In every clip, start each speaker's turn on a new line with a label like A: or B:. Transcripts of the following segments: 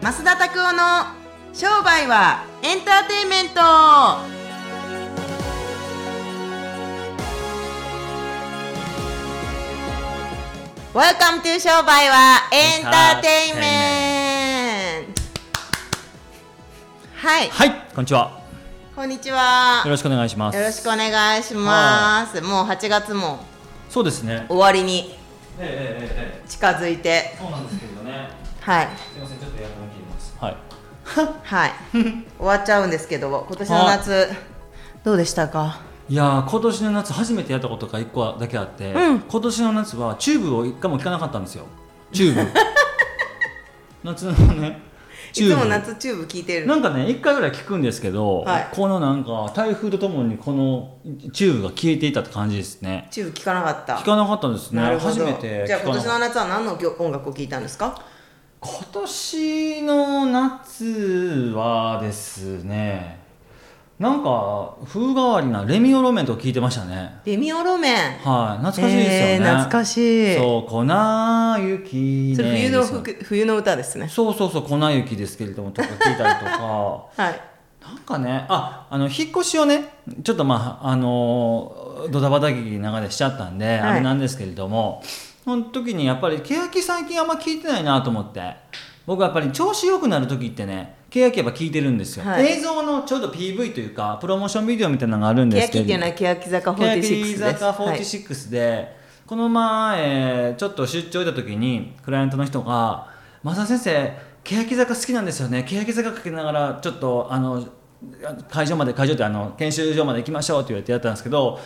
A: 増田拓夫の商売はエンターテインメントワ e カム to 商売はエンターテインメントはい、
B: はい、こんにちは。
A: こんにち
B: よ
A: は。
B: ろしくお願いします。
A: よろしくお願いします。もう8月も
B: そうですね。
A: 終わりに
B: ええええ
A: 近づいて、
B: そうなんですけどね。
A: はい、
B: すみません、ちょっとやっと切ります。はい。
A: はい、終わっちゃうんですけど、今年の夏、どうでしたか
B: いやー今年の夏初めてやったことが1個だけあって、
A: うん
B: 今年の夏はチューブを1回も聞かなかったんですよチュー ブ夏のねチ
A: い
B: ュ
A: つ
B: ー
A: も
B: ブ
A: 夏チューブ聞いてる。
B: なんかね1回ぐらい聞くんですけど、
A: はい
B: このなんか台風とともにこのチューブが消えていたって感じですね
A: チューブ聞かなかった。
B: 聞かなかったんですね
A: なるほど。
B: 初めて
A: じゃあ
B: 聞か
A: 今
B: なかっ
A: 年
B: た
A: の夏は何の曲音楽を聞いたんですか
B: 今年の夏はですねなんか風変わりなレミオロメンと聞いてましたね
A: レミオロメン。
B: はい懐かしいですよね、
A: えー懐かしい。
B: そう、粉雪ね。
A: それ冬の
B: ですよ
A: 服冬の歌ですね。。
B: そうそうそう、粉雪ですけれども、とか聞いたりとか
A: はい。
B: なんかね、あ、あの引っ越しをね、ちょっとまあ、あのードタバタ劇の中でしちゃったんで、
A: はい
B: あれなんですけれども。その時にやっぱり欅最近あんま聞いてないなと思って。僕はやっぱり調子良くなる時ってね。欅やっぱ聞いてるんですよ、
A: はい
B: 映像のちょうど PV というかプロモーションビデオみたいなのがあるんです
A: 欅
B: けれ
A: ってい
B: ど
A: う
B: も
A: のは欅坂46です。
B: 欅坂46で、この前ちょっと出張行った時にクライアントの人が「増田先生欅坂好きなんですよね欅坂かけながらちょっとあの会場まで会場ってあの研修場まで行きましょう」って言われてやったんですけど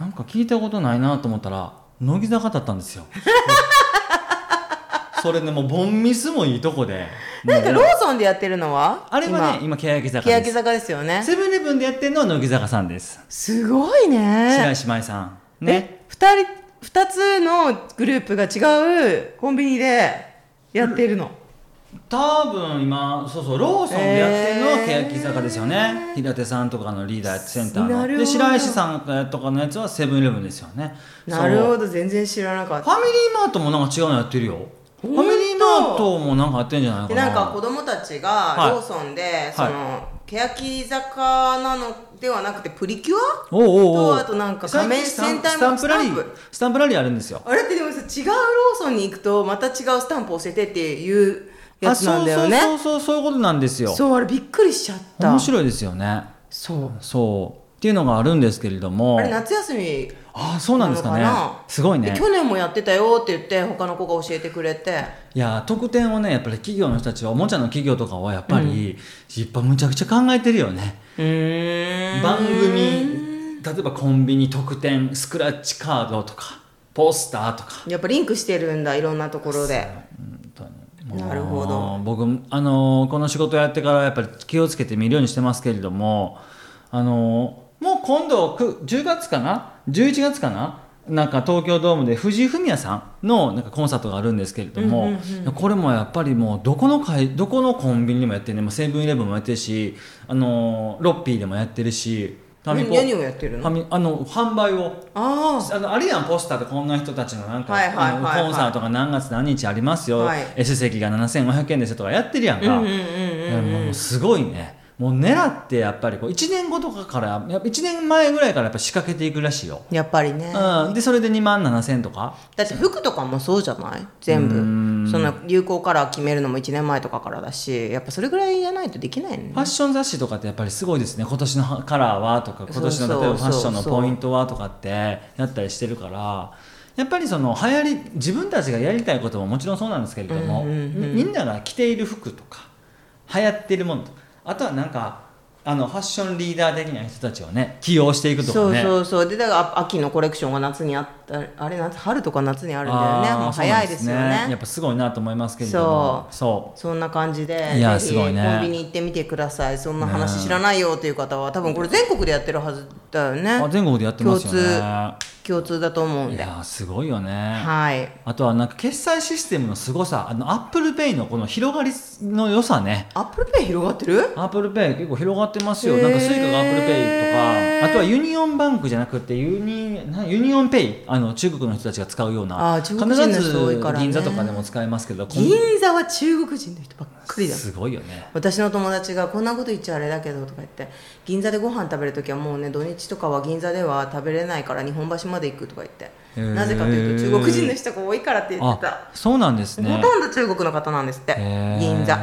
B: なんか聞いたことないなと思ったら乃木坂だったんですよ。 それねもうボンミスもいいとこでも
A: はい。なんかロ
B: う
A: ーソンでやってるのは
B: あれはね今欅
A: 今
B: 坂で
A: 欅
B: す
A: 坂ですよね。
B: セブンイレブンでやってるのは乃木坂さんです
A: すごい
B: 白
A: ね。
B: 石麻衣さんね
A: え、二人二つのグループが違うコンビニでやってるの。
B: 多分今そうそうローソンでやってるのは
A: へー
B: 欅坂ですよね、平手さんとかのリーダーセンター
A: な
B: の
A: るほど
B: で白石さんとかのやつはセブンイレブンですよね
A: なるほ
B: ど
A: ど全然知らなかっ
B: フ
A: た。
B: ァミリーマートもなんか違うのやってるよフ
A: ほ
B: ァ
A: ん
B: ミ
A: と
B: リーマートもなんかやってんじゃないか
A: で
B: な
A: なんか子供たち
B: は
A: が
B: い
A: ローソンで、その欅坂なのではなくてプリキュア？
B: おうおうお
A: と
B: う
A: あとなんか仮面戦隊も
B: スタンプラリ
A: スタン
B: ー
A: プ
B: スタンプラリーあるんですよ
A: あれってでもさ違うローソンに行くとまた違うスタンプ教えてっていうやつなんだよね
B: あ
A: そ
B: そううそうそうそういうことなんですよ
A: あれびっくりしちゃった
B: 面白いですよね
A: そう
B: そうっていうのがあるんですけれども
A: あれ夏休み
B: ああそうなんですかね
A: なのかな
B: すごいね
A: で去年もやってたよって言って他の子が教えてくれて
B: いや特典をねやっぱり企業の人たちはおもちゃの企業とかはやっぱり、いっぱいむちゃくちゃ考えてるよね
A: うーん
B: 番組例えばコンビニ特典スクラッチカードとかポスターとか
A: やっぱリンクしてるんだいろんなところで
B: 本当にもう
A: なるほど
B: 僕あのこの仕事やってからやっぱり気をつけて見るようにしてますけれどもあのもう今度く10月かな11月かななんか東京ドームで藤井フミヤさんのなんかコンサートがあるんですけれども、これもやっぱりもうどこの会どこのコンビニでもやってるねもうセブンイレブンもやってるしあのロッピーでもやってるしファミ
A: 何
B: コ
A: 何をやってる
B: ファ
A: の
B: ミあの販売を
A: ああ
B: あのあるやんポスターでこんな人たちのなんか、
A: はいはいはいはい
B: あのコンサートが何月何日ありますよ、
A: はい
B: S 席が7500円ですよとかやってるやん
A: うん
B: か、
A: うんうんうん
B: もうすごいねもう狙ってやっぱりこう1年後とかからやっぱ1年前ぐらいからやっぱ仕掛けていくらしいよ、
A: やっぱりね
B: うん、でそれで2万7000とか
A: だって服とかもそうじゃない全部その流行カラー決めるのも1年前とかからだしやっぱそれぐらいじゃないとできないのね
B: ファッション雑誌とかってやっぱりすごいですね今年のカラーはとか今年
A: そうそう
B: の例えばファッションの
A: そうそう
B: ポイントはとかってやったりしてるからやっぱりその流行り自分たちがやりたいことももちろんそうなんですけれども、
A: うんうんうん
B: みみんなが着ている服とか流行ってるものとかあとはなんかあのファッションリーダー的な人たちをね起用していく
A: そ
B: とか
A: う
B: ね
A: そうそうでだからあ秋のコレクションが夏にあったあれ夏春とか夏にあるんだよね
B: あー
A: もう
B: そうな
A: 早
B: ん
A: いですよねそ
B: やっぱすごいなと思いますけれどもそ
A: んな感じで
B: いや
A: ぜひ
B: すごいね
A: コンビニ行ってみてくださいそんな話知らないよという方は多分これ全国でやってるはずだよ
B: う
A: ね
B: あ全国でやってますよね
A: 共通共通だと思うん
B: い
A: で
B: やーすごいよね
A: はい
B: あとはなんか決済システムのすごさあのアップルペイのこの広がりの良さね
A: アップルペイ広がってる
B: アップルペイ結構広がってますよ
A: へー
B: なんかスイカがアップルペイとかあとはユニオンバンクじゃなくてユニなユニオンペイあの中国の人たちが使うような
A: あー中国人の人多いからね
B: 必ず銀座とかでも使えますけどこん
A: 銀座は中国人の人ばっかりだ
B: すごいよね
A: 私の友達がこんなこと言っちゃあれだけどとか言って銀座でご飯食べる時はもうね土日とかは銀座では食べれないから日本橋まで行くとか言って
B: へー
A: なぜかというと中国人の人が多いからって言ってた
B: あそうなんですね
A: ほとんど中国の方なんですって
B: へー
A: 銀座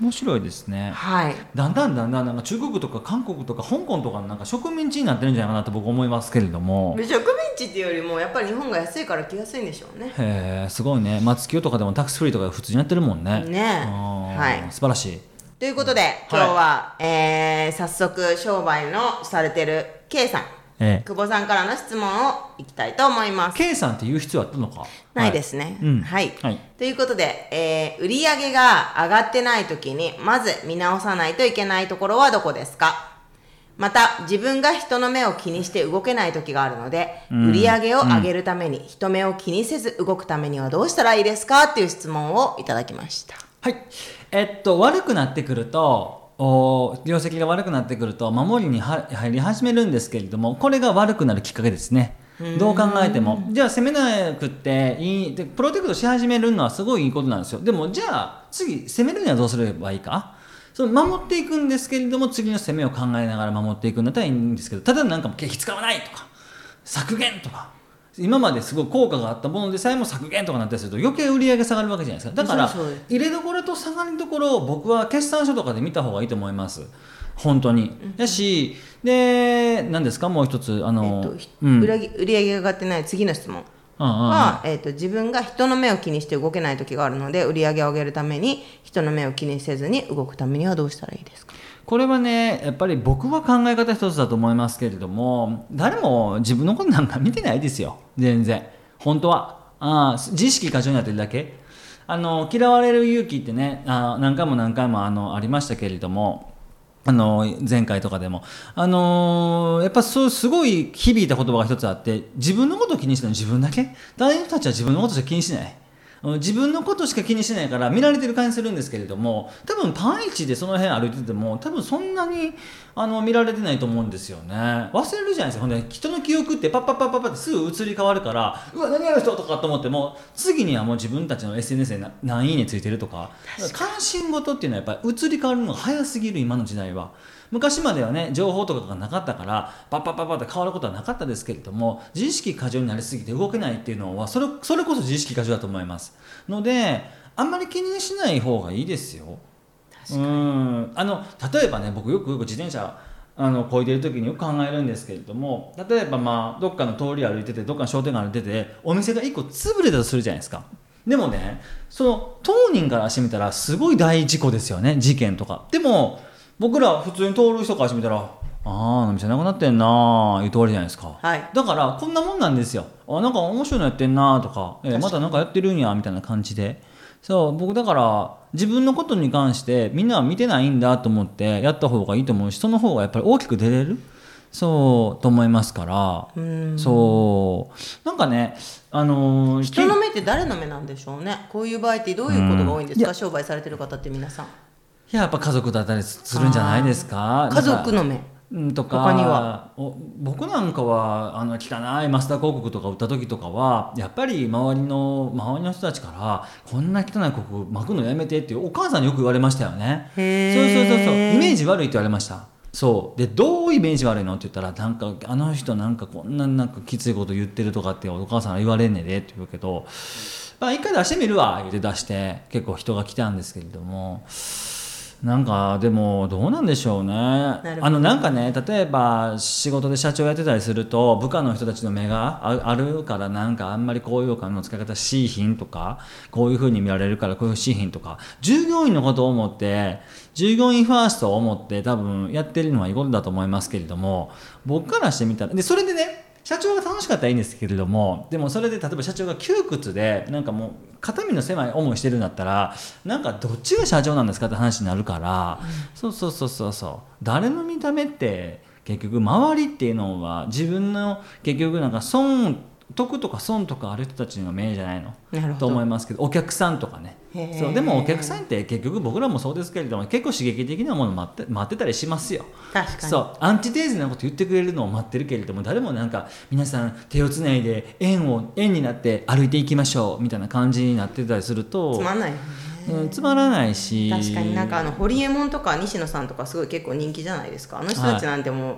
B: 面白いですね
A: はい
B: だんだんだんだんなんか中国とか韓国とか香港とかのなんか植民地になってるんじゃないかなと僕思いますけれども
A: 植民地っていうよりもやっぱり日本が安いから来やすいんでしょうね
B: へえすごいね松清とかでもタックスフリーとか普通にやってるもんね
A: ねえ
B: うん
A: はい
B: 素晴らしい
A: ということで今日は、えー早速商売のされてる K さん
B: ええ
A: 久保さんからの質問をいきたいと思います
B: K さんって言う必要あったのか
A: ないですね。
B: うん
A: はい、
B: はい
A: ということで、えー売り上げが上がってない時に、まず見直さないといけないところはどこですかまた、自分が人の目を気にして動けない時があるので、売り上げを上げるために、人目を気にせず動くためにはどうしたらいいですかっていう質問をいただきました。
B: はい、えっと悪くなってくるとお業績が悪くなってくると守りには入り始めるんですけれどもこれが悪くなるきっかけですねどう考えてもじゃあ攻めなくっていいでプロテクトし始めるのはすごいいいことなんですよでもじゃあ次攻めるにはどうすればいいかその守っていくんですけれども次の攻めを考えながら守っていくんだったらいいんですけどただなんかもう経費使わないとか削減とか今まですごい効果があったものでさえも削減とかなったりすると余計売り上げ下がるわけじゃないですかだから
A: そうそう
B: 入れどころと下がりどころを僕は決算書とかで見た方がいいと思います本当にだしで何ですかもう一つあ
A: えっ
B: の、
A: と、ひ
B: うん、
A: 売り上げ売り上げが上がってない次の質問。
B: うんうん
A: は、えー、と自分が人の目を気にして動けない時があるので売り上げを上げるために人の目を気にせずに動くためにはどうしたらいいですか
B: これはねやっぱり僕は考え方一つだと思いますけれども誰も自分のことなんか見てないですよ全然本当はああ自意識過剰になってるだけあの嫌われる勇気ってねあー何回も何回もあのありましたけれどもあの前回とかでも、あのーやっぱそうすごい響いた言葉が一つあって自分のことを気にしてるの自分だけ他人たちは自分のことしか気にしないうん自分のことしか気にしないから見られてる感じするんですけれども多分単一でその辺歩いてても多分そんなにあの見られてないと思うんですよね忘れるじゃないですかほんで人の記憶ってパッパッパッパッパってすぐ移り変わるからうわ何あの人とかと思っても次にはもう自分たちの SNS でな何いいねついてるとか関心事っていうのはやっぱり移り変わるのが早すぎる今の時代は。昔まではね情報とかがなかったからパッパッパッパッって変わることはなかったですけれども自意識過剰になりすぎて動けないっていうのはそれそれこそ自意識過剰だと思いますのであんまり気にしない方がいいですよ。うんあの例えばね僕よくよく自転車あのこいでる時によく考えるんですけれども例えばまあどっかの通り歩いててどっかの商店街歩いててお店が1個潰れたとするじゃないですかでもねその当人からしてみたらすごい大事故ですよね事件とかでも僕ら普通に通る人からしてみたらあああの店なくなってんなあいう通りじゃないですか
A: はい
B: だからこんなもんなんですよあなんか面白いのやってんなとか、えーまたなんかやってるんやみたいな感じでそう僕だから自分のことに関してみんなは見てないんだと思ってやった方がいいと思うしその方がやっぱり大きく出れるそうと思いますからそうなんかねあのー
A: 人の目って誰の目なんでしょうねこういう場合ってどういうことが多いんです
B: うんい
A: か商売されてる方って皆さん
B: いややっぱ家族だったりするんじゃないです
A: 家
B: かなんか
A: 族の目
B: うんとか
A: 他には
B: お僕なんかはあの汚いマスター広告とか売った時とかはやっぱり周りの周りの人たちからこんな汚い広告巻くのやめてっていうお母さんによく言われましたよねそう
A: へー
B: そうそうそうイメージ悪いって言われましたそうでどうイメージ悪いのって言ったらなんかあの人なんかこんななんかきついこと言ってるとかってお母さんが言われんねでって言うけどまあ一回出してみるわ言って出して結構人が来たんですけれどもなんかでもどうなんでしょうね
A: るほど
B: あのなんかね例えば仕事で社長やってたりすると部下の人たちの目がああるからなんかあんまり高揚感の使い方しいひんとかこういうふうに見られるからこういうふうにしいひんとか従業員のことを思って従業員ファーストを思って多分やってるのはいいことだと思いますけれども僕からしてみたらでそれでね社長が楽しかったらいいんですけれどもでもそれで例えば社長が窮屈でなんかもう肩身の狭い思いしてるんだったらなんかどっちが社長なんですかって話になるから、そうそうそうそうそう誰の見た目って結局周りっていうのは自分の結局なんか損得とか損とかある人たちには名じゃないの
A: なるほど
B: と思いますけどお客さんとかね
A: へー
B: そうでもお客さんって結局僕らもそうですけれども結構刺激的なもの待って待ってたりしますよ。
A: 確かに
B: そうアンチテーゼなこと言ってくれるのを待ってるけれども誰もなんか皆さん手をつないで円を円になって歩いていきましょうみたいな感じになってたりすると
A: つまんないよね
B: うんつまらないし
A: 確かになんかあの堀エモ門とか西野さんとかすごい結構人気じゃないですかあの人たちなんてもう、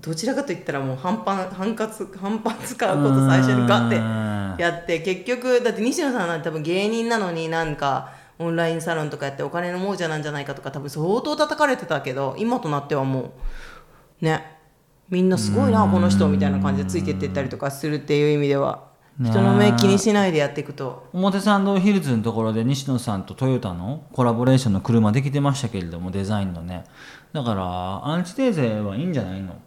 A: どちらかといったらもう反発反発反発使うこと最初にガッ
B: ッ
A: てやって結局だって西野さんなんて多分芸人なのになんかオンラインサロンとかやってお金の亡者なんじゃないかとか多分相当叩かれてたけど今となってはもうねみんなすごいなこの人みたいな感じでついてってったりとかするっていう意味では
B: ね
A: 人の目気にしないでやっていくと
B: 表参道ヒルズのところで西野さんとトヨタのコラボレーションの車できてましたけれどもデザインのねだからアンチテーゼはいいんじゃないの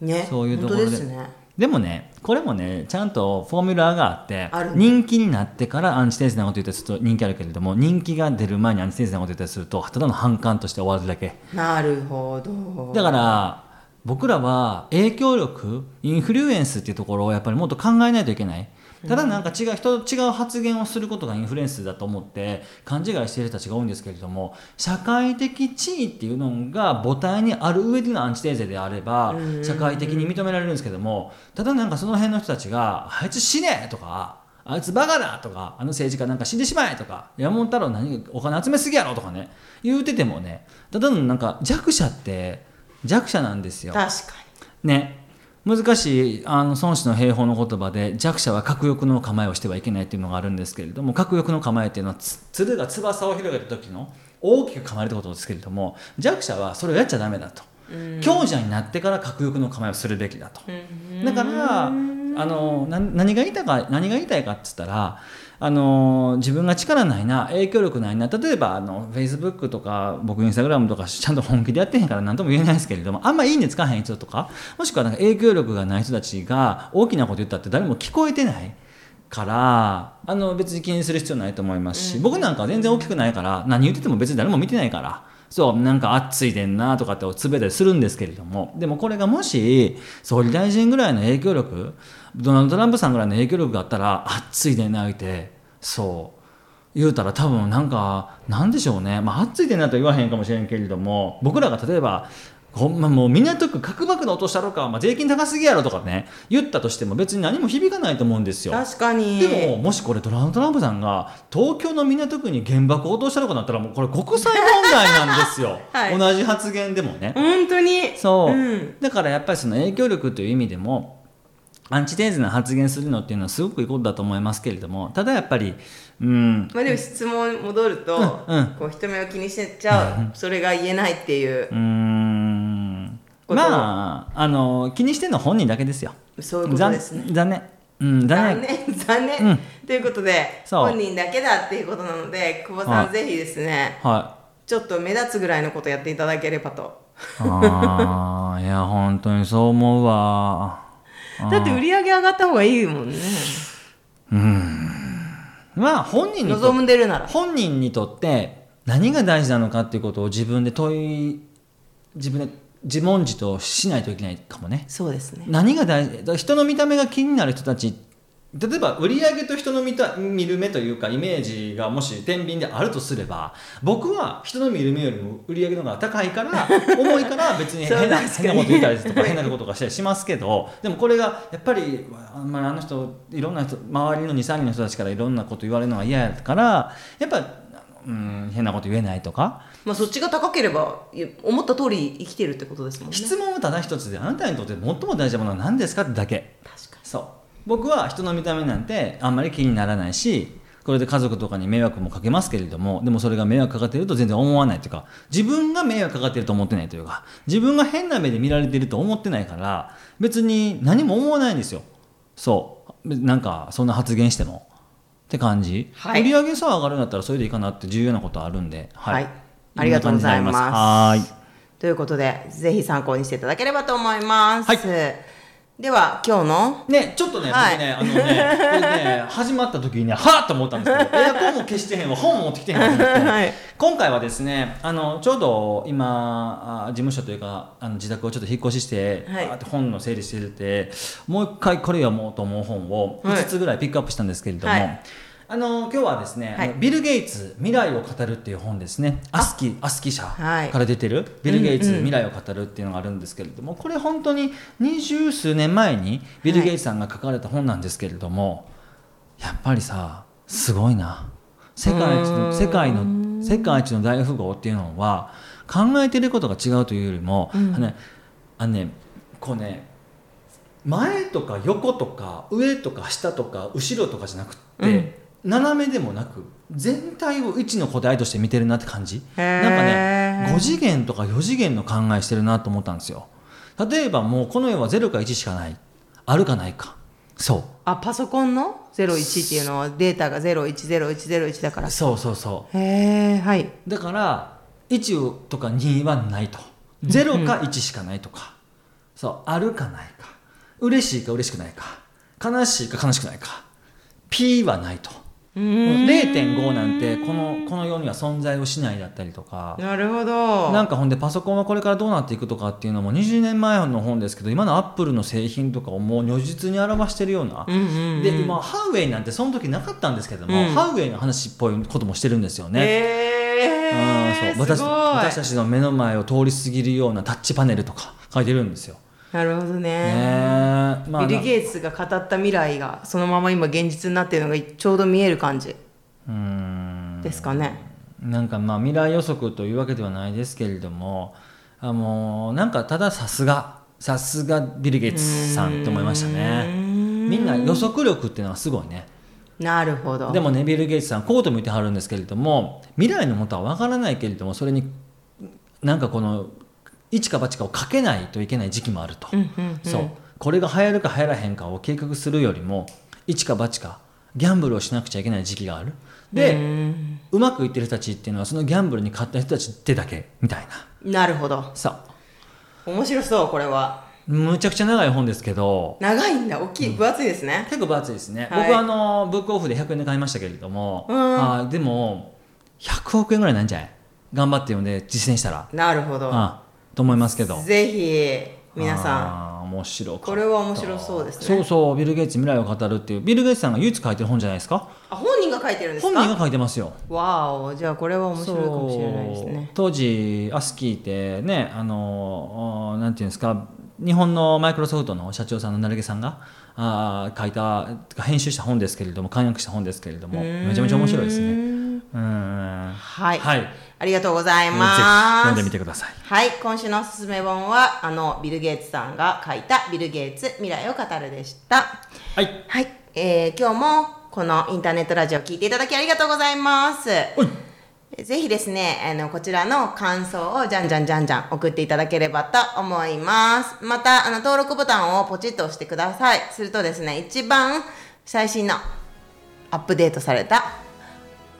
A: ね
B: そういうところ
A: 本
B: で
A: 当ですね
B: でもねこれもねちゃんとフォーミュラーがあって
A: ある
B: 人気になってからアンチテーゼなこと言ったらちょっと人気あるけれども人気が出る前にアンチテーゼなこと言ったりするとただの反感として終わるだけ
A: なるほど
B: だから僕らは影響力インフルエンスっていうところをやっぱりもっと考えないといけないただなんか違う人と違う発言をすることがインフルエンスだと思って勘違いしている人たちが多いんですけれども社会的地位っていうのが母体にある上でのアンチテーゼであれば社会的に認められるんですけどもただなんかその辺の人たちが「あいつ死ね!」とか「あいつバカだ!」とか「あの政治家なんか死んでしまえ!」とか「山本太郎何お金集めすぎやろ!」とかね言うててもねただのなんか弱者って弱者なんですよ。
A: 確か
B: ね難しいあの孫子の兵法の言葉で弱者は格欲の構えをしてはいけないというのがあるんですけれども格欲の構えというのはつ鶴が翼を広げた時の大きく構えることですけれども弱者はそれをやっちゃダメだと強者になってから格欲の構えをするべきだとだからあのな何が言いたいか何が言いたいかっつったらあの自分が力ないな影響力ないな例えばあの Facebook とか僕 Instagram とかちゃんと本気でやってへんから何とも言えないですけれどもあんまいいねつかへん人とかもしくはなんか影響力がない人たちが大きなこと言ったって誰も聞こえてない。からあの別に気にする必要ないと思いますし、僕なんかは全然大きくないから何言ってても別に誰も見てないからそうなんか熱いでんなとかってつべたりするんですけれどもでもこれがもし総理大臣ぐらいの影響力ドナルド・トランプさんぐらいの影響力があったら熱いでんな言うてそう言うたら多分なんかなんでしょうねまあ熱いでんなとは言わへんかもしれんけれども僕らが例えばほんまもう港区角膜の落としたろか、まあ、税金高すぎやろとかね言ったとしても別に何も響かないと思うんです
A: に
B: よ。
A: 確かに
B: でももしこれドナルド・トランプさんが東京の港区に原爆を落としたのかなったらもうこれ国際問題なんですよ、
A: はい
B: 同じ発言でもね、
A: 本当に
B: そう、
A: ん
B: だからやっぱりその影響力という意味でもアンチテーゼな発言するのっていうのはすごくいいことだと思いますけれどもただやっぱりうん
A: まあでも質問戻ると、
B: うんうん
A: こう人目を気にしてちゃうそれが言えないっていう
B: うーん
A: ことは
B: まああの気にしてるのは本人だけですよ
A: そういうことですね
B: 残残念うん残念
A: 残念残念、
B: うん
A: ということで
B: そう
A: 本人だけだっていうことなので久保さん、
B: はい
A: ぜひですね
B: はい
A: ちょっと目立つぐらいのことやっていただければと
B: ああいや本当にそう思うわ
A: だって売り上げ上がった方がいいもんね
B: まあ本人にとっ
A: 望んでるなら
B: 本人にとって何が大事なのかっていうことを自分で問い自分で自問自答しないといけないかもね
A: そうですね
B: 何が大事だから人の見た目が気になる人たち例えば売り上げと人の見た見る目というかイメージがもし天秤であるとすれば僕は人の見る目よりも売り上げの方が高いから 重いから別に
A: そう
B: 変な
A: 確かに
B: 変なこと言ったりとか変なことがしたりしますけどでもこれがやっぱりあ,、まあ、あの人いろんな人周りの23人の人たちからいろんなこと言われるのが嫌やからやっぱうん変なこと言えないとか
A: まあそっちが高ければい思った通り生きてるってことですもんね
B: 質問はただ一つであなたにとって最も大事なものは何ですかってだけ。
A: 確か
B: そう僕は人の見た目なんてあんまり気にならないしこれで家族とかに迷惑もかけますけれどもでもそれが迷惑かかってると全然思わないというか自分が迷惑かかってると思ってないというか自分が変な目で見られてると思ってないから別に何も思わないんですよそうなんかそんな発言してもって感じ、
A: はい
B: 売り上げさえ上がるんだったらそれでいいかなって重要なことあるんでは
A: はいありがとうございます
B: こんな感じになりはーい
A: ということで、ぜひ参考にしていただければと思います。
B: はい
A: では今日の
B: ね、ちょっとね、
A: はい
B: 僕ね、あのね、これね、 始まった時にね、はぁと思ったんですけど、エアコンも消してへんわ、本も持ってきてへんわと思って、
A: はい
B: 今回はですね、あの、ちょうど今、あ事務所というか、あの自宅をちょっと引っ越しして、
A: はい
B: バーって本の整理してて、もう一回これ読もうと思う本を、
A: はい
B: 5つぐらいピックアップしたんですけれども、
A: はい
B: あの今日はですね、
A: はい
B: あのビル・ゲイツ「未来を語る」っていう本ですねアスキアスキ社
A: はい
B: から出てる、ビル・ゲイツ
A: うんうん
B: 未来を語るっていうのがあるんですけれども、これ本当に二十数年前にビル・ゲイツさんが書かれた本なんですけれども、やっぱりさすごいな世界一
A: うーん
B: の世界の世界一の大富豪っていうのは考えてることが違うというよりも、
A: うん
B: あのねあのねこうね前とか横とか上とか下とか後ろとかじゃなくって、
A: うん
B: 斜めでもなく全体を一の答えとして見てるなって感じ
A: へー
B: なんかね5次元とか4次元の考えしてるなと思ったんですよ例えばもうこの世は0か1しかないあるかないかそう
A: あパソコンの01っていうのはデータが010101だから
B: そうそうそ
A: へえはいう
B: だから1とか2はないと0か1しかないとか、そうあるかないか嬉しいか嬉しくないか悲しいか悲しくないか P はないと
A: うーん
B: 0.5なんてこのこの世には存在をしないだったりとか
A: なるほど
B: なんかほんでパソコンはこれからどうなっていくとかっていうのも20年前の本ですけど今のアップルの製品とかをもう如実に表してるような、
A: うんうんうん
B: で今ハウェイなんてその時なかったんですけども、
A: うん
B: ハウェイの話っぽいこともしてるんですよね。
A: へえ
B: うんそう私
A: すごい
B: 私たちの目の前を通り過ぎるようなタッチパネルとか書いてるんですよ。
A: なるほど
B: ね
A: ね
B: えまあ
A: ビル・
B: な
A: ゲイツが語った未来がそのまま今現実になっているのがちょうど見える感じ
B: うん
A: ですかね、
B: なんかまあ未来予測というわけではないですけれどもあもうなんかたださすがさすがビル・ゲイツさんって思いました
A: うー
B: ね。
A: ん
B: みんな予測力っていうのはすごいね。
A: なるほど
B: でもねビル・ゲイツさんこうとも言ってはるんですけれども未来のことは分からないけれどもそれになんかこの一か八かをかけないといけない時期もあると、
A: うんうんうん
B: そうこれが流行るか流行らへんかを計画するよりも一か八かギャンブルをしなくちゃいけない時期があるで、
A: う
B: う
A: ーん
B: まくいってる人たちっていうのはそのギャンブルに勝った人たちってだけみたいな
A: なるほど
B: さ
A: 面白そうこれは
B: むちゃくちゃ長い本ですけど
A: 長いんだ大きい分厚いですね、
B: 結構分厚いですね、
A: はい
B: 僕はあのブックオフで100円で買いましたけれども、
A: うん
B: あーでも100億円ぐらいなんじゃない頑張って読んで実践したら、
A: なるほど
B: あと思いますけど
A: ぜひ皆さん
B: ん面白かった
A: これは面白そうですね
B: そうそうビル・ゲイツ未来を語るっていうビル・ゲイツさんが唯一書いてる本じゃないですか
A: あ本人が書いてるんです
B: 本人
A: か
B: が書いてますよ
A: わおじゃあこれは面白いかもしれないです
B: そう
A: ね
B: 当時アスキーってねあのあーなんていうんですか日本のマイクロソフトの社長さんの成毛さんがあー書いた編集した本ですけれども簡約した本ですけれどもめちゃめちゃ面白いですね
A: ね
B: うん
A: はい、
B: はい、ぜ
A: ありがとうござい
B: ひ
A: ます
B: 読んでみてください
A: はい今週のおすすめ本はあのビル・ゲイツさんが書いた「ビル・ゲイツ未来を語る」でした
B: はい
A: はい、えー今日もこのインターネットラジオを聞いていただきありがとうございます。ぜひですね、あのこちらの感想をじゃんじゃんじゃんじゃん送っていただければと思います。またあの登録ボタンをポチッと押してください。するとですね、一番最新のアップデートされた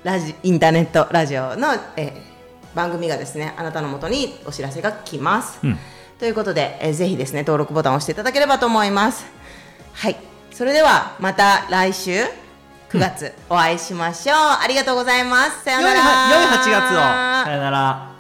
A: ラジインターネットラジオの、えー番組がですねあなたのもとにお知らせが来ます、
B: うん
A: ということで、えーぜひですね登録ボタンを押していただければと思いますはいそれではまた来週9月お会いしましょう、ありがとうございますさようなら
B: 良いは良い8月をさよなら